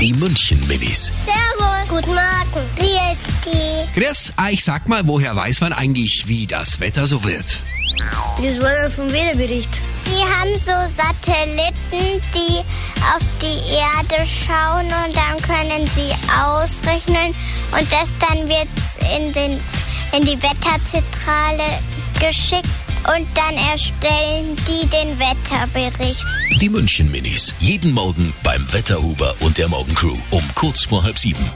Die München-Minis. Servus. Guten Morgen. Wie ist die? Chris, ah, ich sag mal, woher weiß man eigentlich, wie das Wetter so wird? Das war dann vom Wetterbericht. Die haben so Satelliten, die auf die Erde schauen und dann können sie ausrechnen und das dann wird in, den, in die Wetterzentrale geschickt und dann erstellen die den Wetterbericht. Die München-Minis. Jeden Morgen beim Wetterhuber und der Morgencrew um kurz vor halb sieben.